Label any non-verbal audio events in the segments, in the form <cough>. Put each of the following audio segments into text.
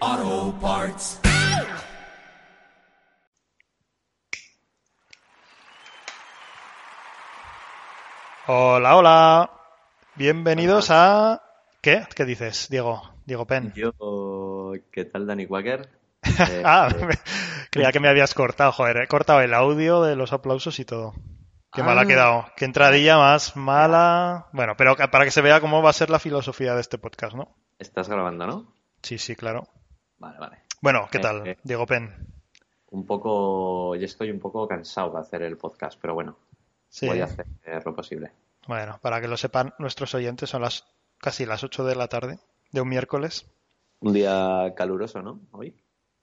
Auto parts. Hola, hola. Bienvenidos a. ¿Qué? ¿Qué dices, Diego? Diego Pen. Yo, ¿qué tal, <laughs> Danny Quaker? Eh, Ah, <laughs> eh, creía que me habías cortado, joder. He cortado el audio de los aplausos y todo. Qué mal ha Ah. quedado. Qué entradilla más mala. Bueno, pero ca- para que se vea cómo va a ser la filosofía de este podcast, ¿no? estás grabando, ¿no? Sí, sí, claro. Vale, vale. Bueno, ¿qué Eh, tal, eh. Diego Pen? Un poco, yo estoy un poco cansado de hacer el podcast, pero bueno, Sí. voy a hacer eh, lo posible. Bueno, para que lo sepan nuestros oyentes, son las casi las 8 de la tarde de un miércoles. Un día caluroso, ¿no? Hoy.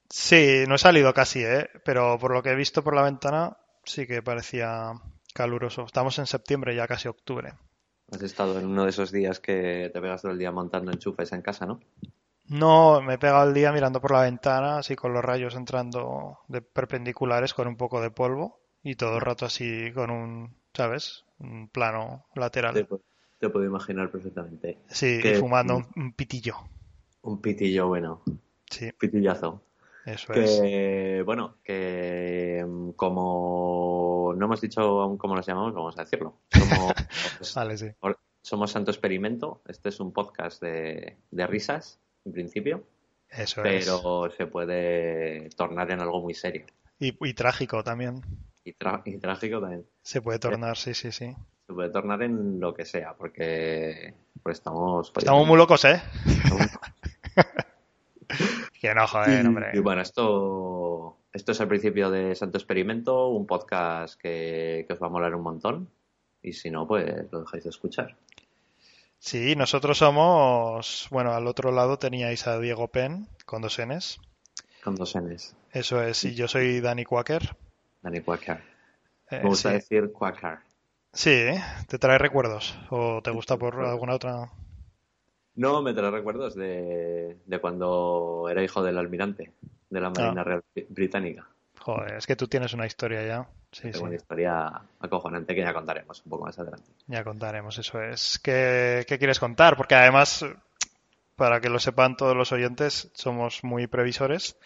Sí, no he salido casi, ¿eh? Pero por lo que he visto por la ventana, sí que parecía caluroso. Estamos en septiembre, ya casi octubre. Has estado en uno de esos días que te pegas todo el día montando enchufes en casa, ¿no? No, me he pegado el día mirando por la ventana, así con los rayos entrando de perpendiculares con un poco de polvo y todo el rato así con un, ¿sabes? Un plano lateral. Te, pu- te puedo imaginar perfectamente. Sí, y pues, que- mm. fumando un, un pitillo. Un pitillo bueno, Sí, pitillazo. eso es. Que, bueno, que mm, como no hemos dicho aún cómo nos llamamos, vamos a decirlo. <laughs> Como, <laughs> Vale, sí. Or- Somos Santo Experimento. Este es un podcast de, de risas, en principio, Eso es. pero se puede tornar en algo muy serio Y, y trágico también. y, tra- y trágico también. Se puede tornar, sí, sí, sí. Se puede tornar en lo que sea, porque pues, estamos. Estamos muy locos, ¿eh? Estamos- <laughs> Que no, joder, hombre. Y, y bueno, esto, esto es el principio de Santo Experimento, un podcast que, que os va a molar un montón. Y si no, pues lo dejáis de escuchar. Sí, nosotros somos, bueno, al otro lado teníais a Diego Pen con dos Ns, Con dos Ns. eso es, y yo soy Dani Quaker. Dani Quacker. Eh, Me gusta sí. decir Quacker. Sí, ¿eh? ¿te trae recuerdos? ¿O te gusta por alguna otra? No, me trae recuerdos de, de cuando era hijo del almirante de la Ah. Marina Real Británica. Joder, es que tú tienes una historia ya. Sí, Tengo sí, una historia acojonante que ya contaremos un poco más adelante. ya contaremos, eso es. ¿Qué, qué quieres contar? Porque además, para que lo sepan todos los oyentes, somos muy previsores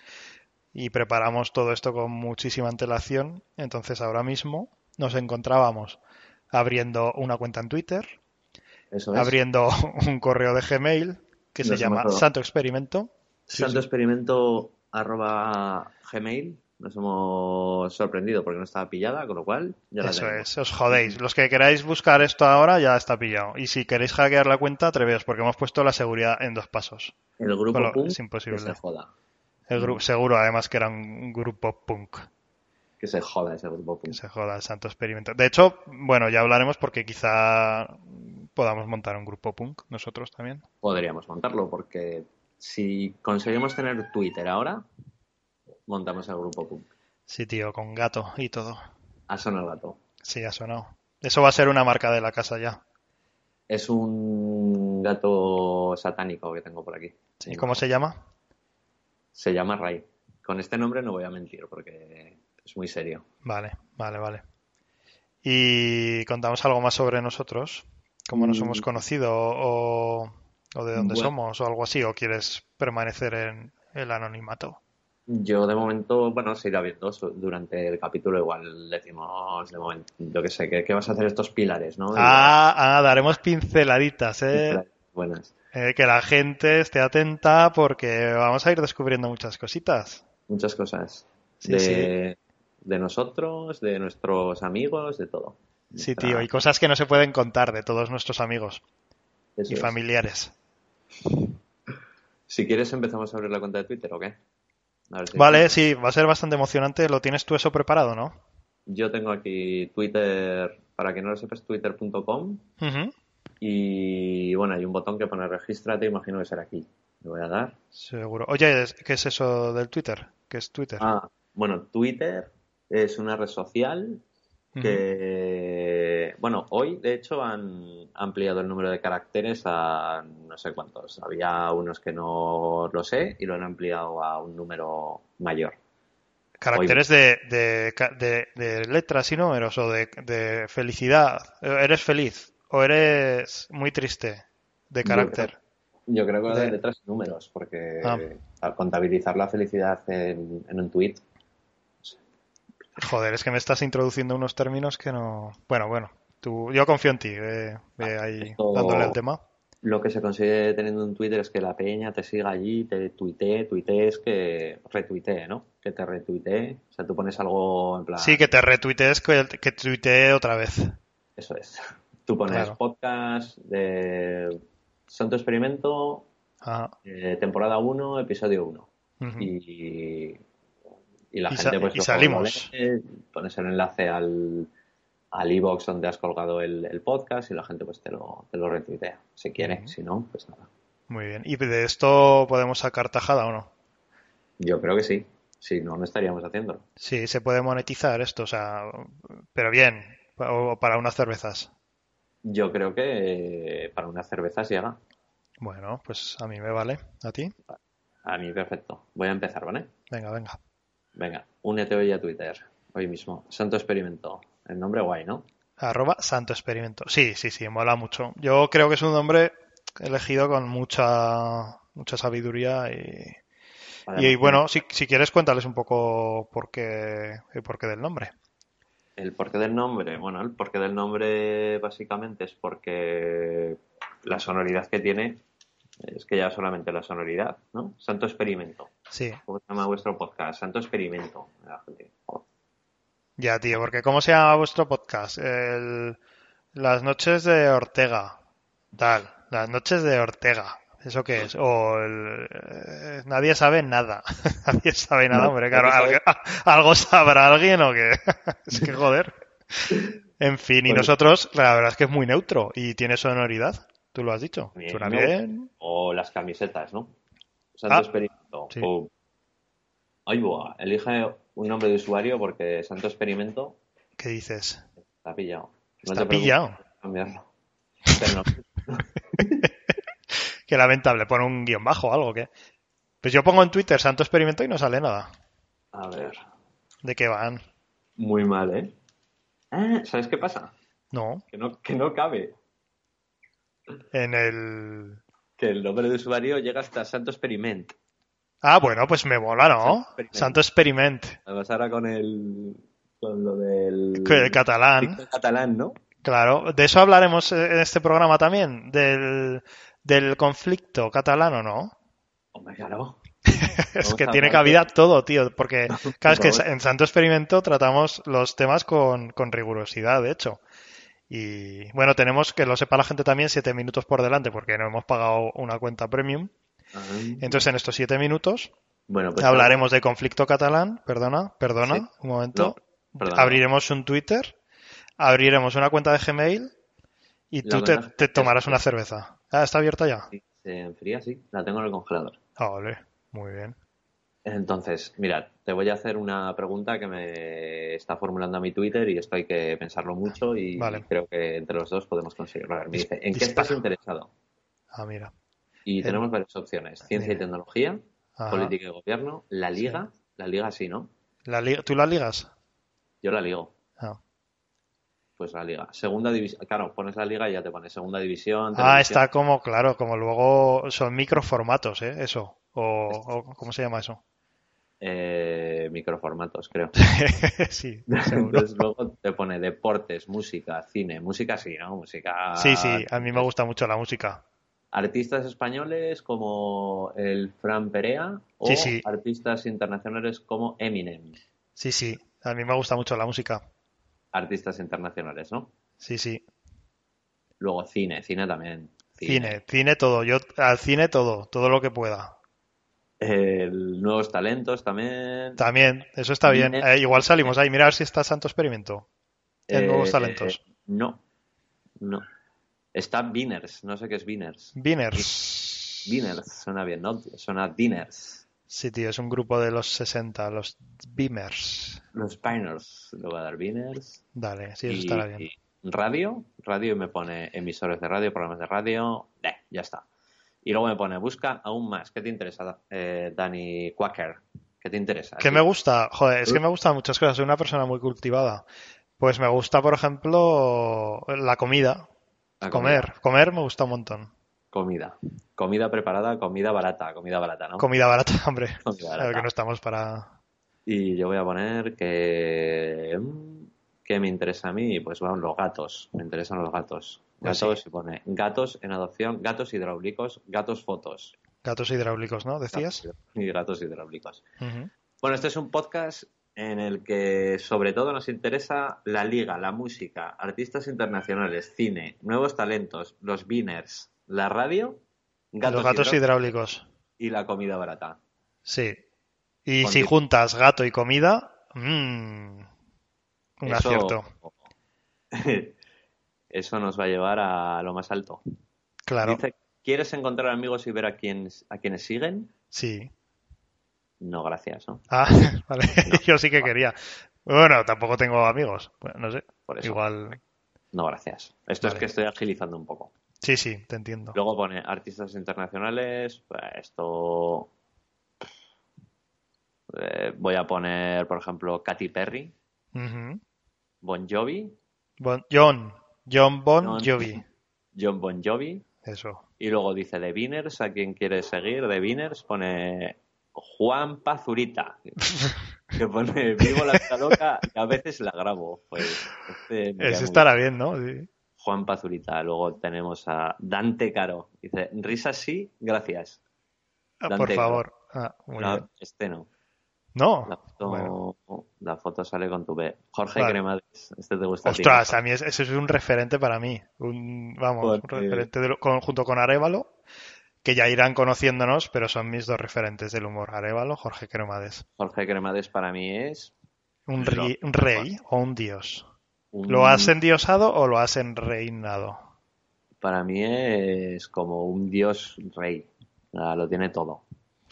y preparamos todo esto con muchísima antelación. Entonces, ahora mismo nos encontrábamos abriendo una cuenta en Twitter. Eso es. abriendo <laughs> un correo de Gmail que se Nos llama hemos dado. Santo Experimento. santoexperimento@gmail. Nos hemos sorprendido porque no estaba pillada, con lo cual ya la Eso tenemos. es, os jodéis. Los que queráis buscar esto ahora ya está pillado. Y si queréis hackear la cuenta, atreveos, porque hemos puesto la seguridad en dos pasos. El grupo Bueno, punk es imposible. que se joda. El gru- seguro, además, que era un grupo punk. Que se joda ese grupo Que punk. se joda el Santo Experimento. De hecho, bueno, ya hablaremos porque quizá podamos montar un grupo punk nosotros también. Podríamos montarlo porque si conseguimos tener Twitter ahora, montamos el grupo punk. Sí, tío, con gato y todo. Ha sonado el gato. Sí, ha sonado. Eso va a ser una marca de la casa ya. Es un gato satánico que tengo por aquí. ¿Y cómo se llama? Se llama Ray. Con este nombre no voy a mentir porque es muy serio. Vale, vale, vale. Y contamos algo más sobre nosotros, cómo nos Mm. hemos conocido o, o de dónde Bueno. somos o algo así, o quieres permanecer en el anonimato. Yo de momento, bueno, se irá viendo su- durante el capítulo, igual decimos de momento, yo qué sé, ¿qué, qué vas a hacer estos pilares, ¿no? Y- Ah, ah, daremos pinceladitas, ¿eh? pilares Buenas. Eh, que la gente esté atenta porque vamos a ir descubriendo muchas cositas. Muchas cosas. Sí, de, sí. de nosotros, de nuestros amigos, de todo. Sí, Nuestra- tío, y cosas que no se pueden contar de todos nuestros amigos eso y es. familiares. Si quieres empezamos a abrir la cuenta de Twitter, ¿o qué? A ver si- Vale, sí, va a ser bastante emocionante. Lo tienes tú eso preparado, ¿no? Yo tengo aquí Twitter, para que no lo sepas, twitter.com. Ujú. Y bueno, hay un botón que pone regístrate, imagino que será aquí. Le voy a dar. Seguro. Oye, ¿qué es eso del Twitter? ¿Qué es Twitter? Ah, Bueno, Twitter es una red social que, bueno, hoy de hecho han ampliado el número de caracteres a no sé cuántos. Había unos que no lo sé y lo han ampliado a un número mayor. Caracteres de, de, ca- de- de letras y números o de, de felicidad. Eh, ¿Eres feliz o eres muy triste? De carácter. Yo creo que lo De- de letras y números, porque Ah. al contabilizar la felicidad en, en un tweet, Joder, es que me estás introduciendo unos términos que no. Bueno, bueno. Tú, yo confío en ti. Ve, ve ahí Ah, esto- dándole al tema. lo que se consigue teniendo un Twitter es que la peña te siga allí, te tuitee, tuitee es que retuitee, ¿no? Que te retuitee. O sea, tú pones algo en plan. Sí, que te retuitees, que, que tuitee otra vez. Eso es. <laughs> Tú pones Claro. podcast de Santo Experimento, Ah, eh, temporada 1, episodio 1. ujú. Y, y la Mm. Y gente sa- pues y lo salimos. lee, pones el enlace al al iVoox donde has colgado el, el podcast y la gente pues te lo, te lo retuitea si quiere, Ujú. si no, pues nada. Muy bien. ¿Y de esto podemos sacar tajada o no? Yo creo que sí, si no, no estaríamos haciéndolo. Sí, se puede monetizar esto, o sea, pero bien, pa- o para unas cervezas. Yo creo que eh, para una cerveza llega. Bueno, pues a mí me vale, a ti. A mí perfecto. Voy a empezar, ¿vale? Venga, venga. Venga, únete hoy a Twitter, hoy mismo. Santo Experimento. El nombre guay, ¿no? Arroba Santo Experimento. Sí, sí, sí, mola mucho. Yo creo que es un nombre elegido con mucha, mucha sabiduría y, Además, y, bueno, si, si quieres cuéntales un poco por qué, el porqué del nombre. El porqué del nombre, bueno, el porqué del nombre básicamente es porque la sonoridad que tiene es que ya solamente la sonoridad, ¿no? Santo Experimento. Sí, ¿Cómo se llama vuestro podcast? Santo Experimento. La gente, joder, ya, tío, porque ¿cómo se llama vuestro podcast? El- Las noches de Ortega, tal, las noches de Ortega. ¿Eso qué es? O el, eh, nadie sabe nada. <laughs> Nadie sabe nada, No, hombre. nadie Claro, sabe. algo, <laughs> algo sabrá alguien o qué. <laughs> Es que joder. En fin, y Bueno. nosotros, la verdad es que es muy neutro y tiene sonoridad. Tú lo has dicho. Bien, Suena ¿no? bien. O las camisetas, ¿no? Santo Ah, Experimento. sí. pum. Ay, buah, elige un nombre de usuario porque Santo Experimento ¿Qué dices? está pillado. No Está te preocupes, pillado. Cambiarlo. Pero no, Qué lamentable. Pon un guión bajo o algo, ¿qué? Pues yo pongo en Twitter Santo Experimento y no sale nada. a ver, ¿De qué van? muy mal, ¿eh? Ah, ¿Sabes qué pasa? No. Que no, que no cabe. En el. Que el nombre de usuario llega hasta Santo Experiment. Ah, bueno, pues me mola, ¿no? Santo Santo Experiment. Además ahora con el con lo del Que El catalán. TikTok catalán, ¿no? Claro, de eso hablaremos eh, en este programa también, del, del conflicto catalano, ¿no? Hombre, claro. <laughs> Es Vamos que a tiene hablar cabida todo, tío, <laughs> porque claro, es que favor. en Santo Experimento tratamos los temas con, con rigurosidad, de hecho. Y bueno, tenemos, que lo sepa la gente también, siete minutos por delante, porque no hemos pagado una cuenta premium. Ah, Entonces, en estos siete minutos Bueno, pues hablaremos de conflicto catalán, perdona, perdona, Sí. un momento. No, perdona. abriremos un Twitter, abriremos una cuenta de Gmail y La tú te, ventaja te es que- tomarás una cerveza. Ah, está abierta ya. sí, se enfría, sí. La tengo en el congelador. Ah, vale, muy bien. Entonces, mirad, te voy a hacer una pregunta que me está formulando a mi Twitter y esto hay que pensarlo mucho y Vale. creo que entre los dos podemos conseguirlo. A ver, me dice, ¿en qué Dispara. estás interesado? Ah, mira. Y En- tenemos varias opciones. Ciencia y Mira. tecnología, Ajá. política y gobierno, la Sí. liga, la liga sí, ¿no? La li- ¿Tú la ligas? Yo la ligo. Ah, Pues la liga. Segunda división. Claro, pones la liga y ya te pones segunda división. Ah, televisión. está como, claro, como luego son microformatos, ¿eh? Eso. O, o- ¿cómo se llama eso? <laughs> Eh, microformatos, creo. sí, seguro. Entonces luego te pone deportes, música, cine. Música sí, ¿no? Música. Sí, sí, a mí me gusta mucho la música. Artistas españoles como el Fran Perea o Sí, sí. artistas internacionales como Eminem. Sí, sí, a mí me gusta mucho la música. Artistas internacionales, ¿no? Sí, sí. Luego cine, cine también. Cine, cine todo. Yo al cine todo, todo lo que pueda. Eh, nuevos talentos también. También, eso está bien. Cine. Eh, igual salimos ahí, mira a ver si está Santo Experimento. En nuevos Eh, talentos. No, no. Está Winners, no sé qué es Winners. Winners. Pues, Winners, suena bien, ¿no? Suena Dinners. Sí, tío, es un grupo de los 60, los Beamers. Los Biners, lo voy a dar Biners. Dale, sí, eso estará bien. radio, radio y me pone emisores de radio, programas de radio, eh, ya está. Y luego me pone, busca aún más. ¿Qué te interesa, eh, Danny Quacker? ¿Qué te interesa? Ah, Que me gusta, joder, es que me gustan muchas cosas, soy una persona muy cultivada. Pues me gusta, por ejemplo, la comida, La comer, comer me gusta un montón. Comida. Comida preparada, comida barata, comida barata, ¿no? Comida barata, <laughs> hombre, <laughs> Comida Claro barata. que no estamos para... Y yo voy a poner que. mm, ¿Qué me interesa a mí? Pues bueno, los gatos. Me interesan los gatos. Pues Gatos, se pone gatos en adopción, gatos hidráulicos, gatos fotos. Gatos hidráulicos, ¿no? Decías. Gatos hidr- Y gatos hidráulicos. Ujú. Bueno, este es un podcast en el que sobre todo nos interesa la liga, la música, artistas internacionales, cine, nuevos talentos, los beaners, la radio, gatos, Los gatos hidró- hidráulicos, y la comida barata. sí. Y Con si ti- juntas gato y comida, mmm, un Eso- acierto. <laughs> Eso nos va a llevar a lo más alto. Claro, Dice, ¿quieres encontrar amigos y ver a, quién, a quienes siguen? sí. No, gracias, ¿no? Ah, <laughs> vale, yo sí que quería. Bueno, tampoco tengo amigos, Bueno, no sé, Por eso. igual... No, gracias. Esto Vale. es que estoy agilizando un poco. Sí, sí, te entiendo. Luego pone artistas internacionales. bah, Esto. Eh, voy a poner, por ejemplo, Katy Perry, Ujú. Bon Jovi, Bon- John, John Bon John. Jovi, John Bon Jovi. eso. Y luego dice The Beaners, a quien quiere seguir, The Beaners, pone Juan Pazurita, que pone vivo la vida loca y a veces la grabo. Pues, este me queda Ese muy estará bien, ¿no? Sí. Juan Pazurita. Luego tenemos a Dante Caro. Dice, risas sí, gracias. Ah, Dante, Por claro. favor. Ah, muy No, bien. este no. No. La foto, Bueno. la foto sale con tu B. Jorge Vale. Cremades, este te gusta a ti, Ostras, ¿no? a mí es- ese es un referente para mí. Un, vamos, un Porque- referente de lo- con- junto con Arevalo, que ya irán conociéndonos, pero son mis dos referentes del humor. Arevalo, Jorge Cremades. Jorge Cremades para mí es Un, Lo- Mm. ri- un rey o un dios. un- ¿Lo has endiosado o lo has enreinado? para mí es como un dios rey. Ah, lo tiene todo.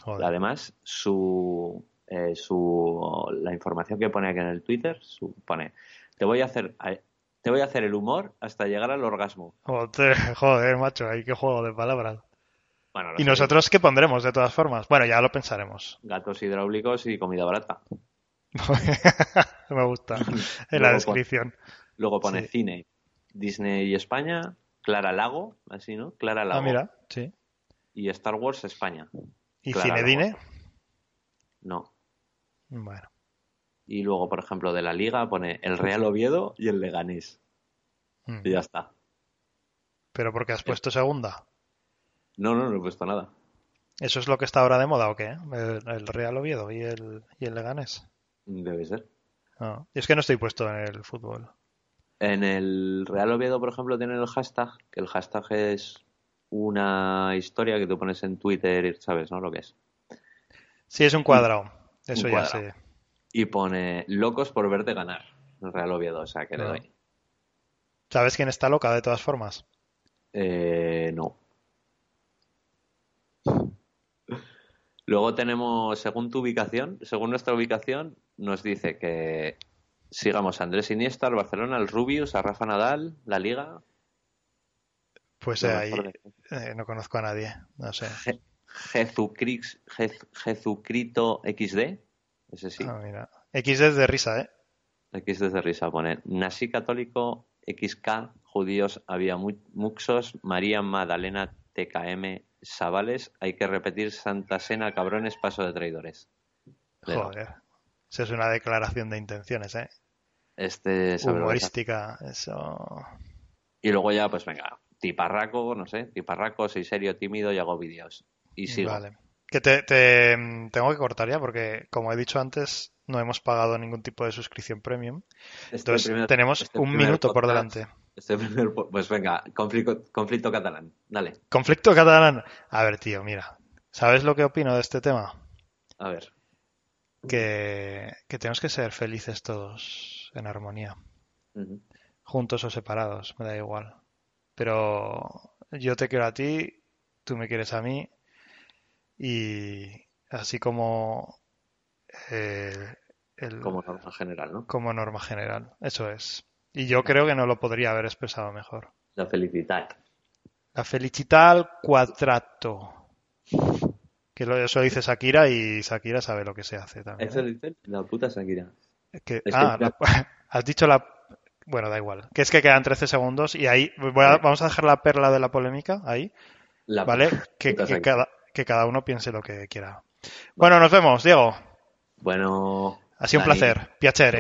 Joder. Además, su, eh, su la información que pone aquí en el Twitter su- pone te voy a hacer te voy a hacer el humor hasta llegar al orgasmo. Joder, <laughs> joder, macho, ahí qué juego de palabras. Bueno, lo ¿Y sé, nosotros qué pondremos de todas formas? Bueno, ya lo pensaremos. gatos hidráulicos y comida barata. <laughs> Me gusta. En <laughs> Luego la pon- descripción. Luego pone Sí. cine, Disney y España, Clara Lago, así, ¿no? Clara Lago. Ah, mira, sí. Y Star Wars España. ¿Y Clara Cinedine? No. Bueno. Y luego, por ejemplo, de la Liga pone el Real Oviedo y el Leganés. Mm. Y ya está. Pero porque has puesto segunda. No, no, no he puesto nada. ¿Eso es lo que está ahora de moda o qué? El, el Real Oviedo y el, y el Leganés. Debe ser. No. Es que no estoy puesto en el fútbol. En el Real Oviedo, por ejemplo, tienen el hashtag, que el hashtag es una historia que tú pones en Twitter, y ¿sabes, no? Lo que es. Sí, es un cuadrado. Eso Un ya cuadrado. sé. Y pone locos por verte ganar. El Real Oviedo, o sea, que le Ah. doy. ¿Sabes quién está loca de todas formas? Eh, no. Luego tenemos, según tu ubicación, según nuestra ubicación, nos dice que sigamos a Andrés Iniesta, al Barcelona, al Rubius, a Rafa Nadal, la Liga. Pues eh, ahí eh, no conozco a nadie. No sé. Jesucrix- Jez- Jesucrito XD. Ese <laughs> sí. Ah, mira. X es de risa, ¿eh? XD es de risa pone. Nací católico, XK, judíos, había mu- muxos, María Magdalena, TKM, Sabales, hay que repetir Santa Cena, cabrones, paso de traidores. Pero Joder. Eso es una declaración de intenciones, ¿eh? Uh, Este sabe lo que hace. Humorística. Eso. Y luego ya, pues venga, tiparraco, no sé, tiparraco, soy serio, tímido y hago vídeos. Y sigo. Vale. Que te, te, mm, tengo que cortar ya porque, como he dicho antes, no hemos pagado ningún tipo de suscripción premium. Este Entonces, primer- tenemos este un primer minuto por podcast, delante. este primer po- pues venga, conflicto, conflicto catalán, dale, Conflicto catalán. A ver, tío, mira. ¿Sabes lo que opino de este tema? a ver. Que, que tenemos que ser felices todos, en armonía. Ujú. Juntos o separados, me da igual. Pero yo te quiero a ti, tú me quieres a mí. Y así como, eh, el- como norma general, ¿no? como norma general. Eso es. Y yo creo que no lo podría haber expresado mejor. La felicidad. La felicità al quadrato. Que lo- eso dice Shakira y Shakira sabe lo que se hace también. Eso dice la puta Shakira. Que- Es ah, que- la- <laughs> has dicho la... Bueno, da igual. Que es que quedan 13 segundos y ahí voy a- vamos a dejar la perla de la polémica ahí, La ¿vale? Que, puta que Shakira. cada, que cada uno piense lo que quiera. Bueno, nos vemos, Diego. Bueno. Ha sido un Dani, placer. Piacere.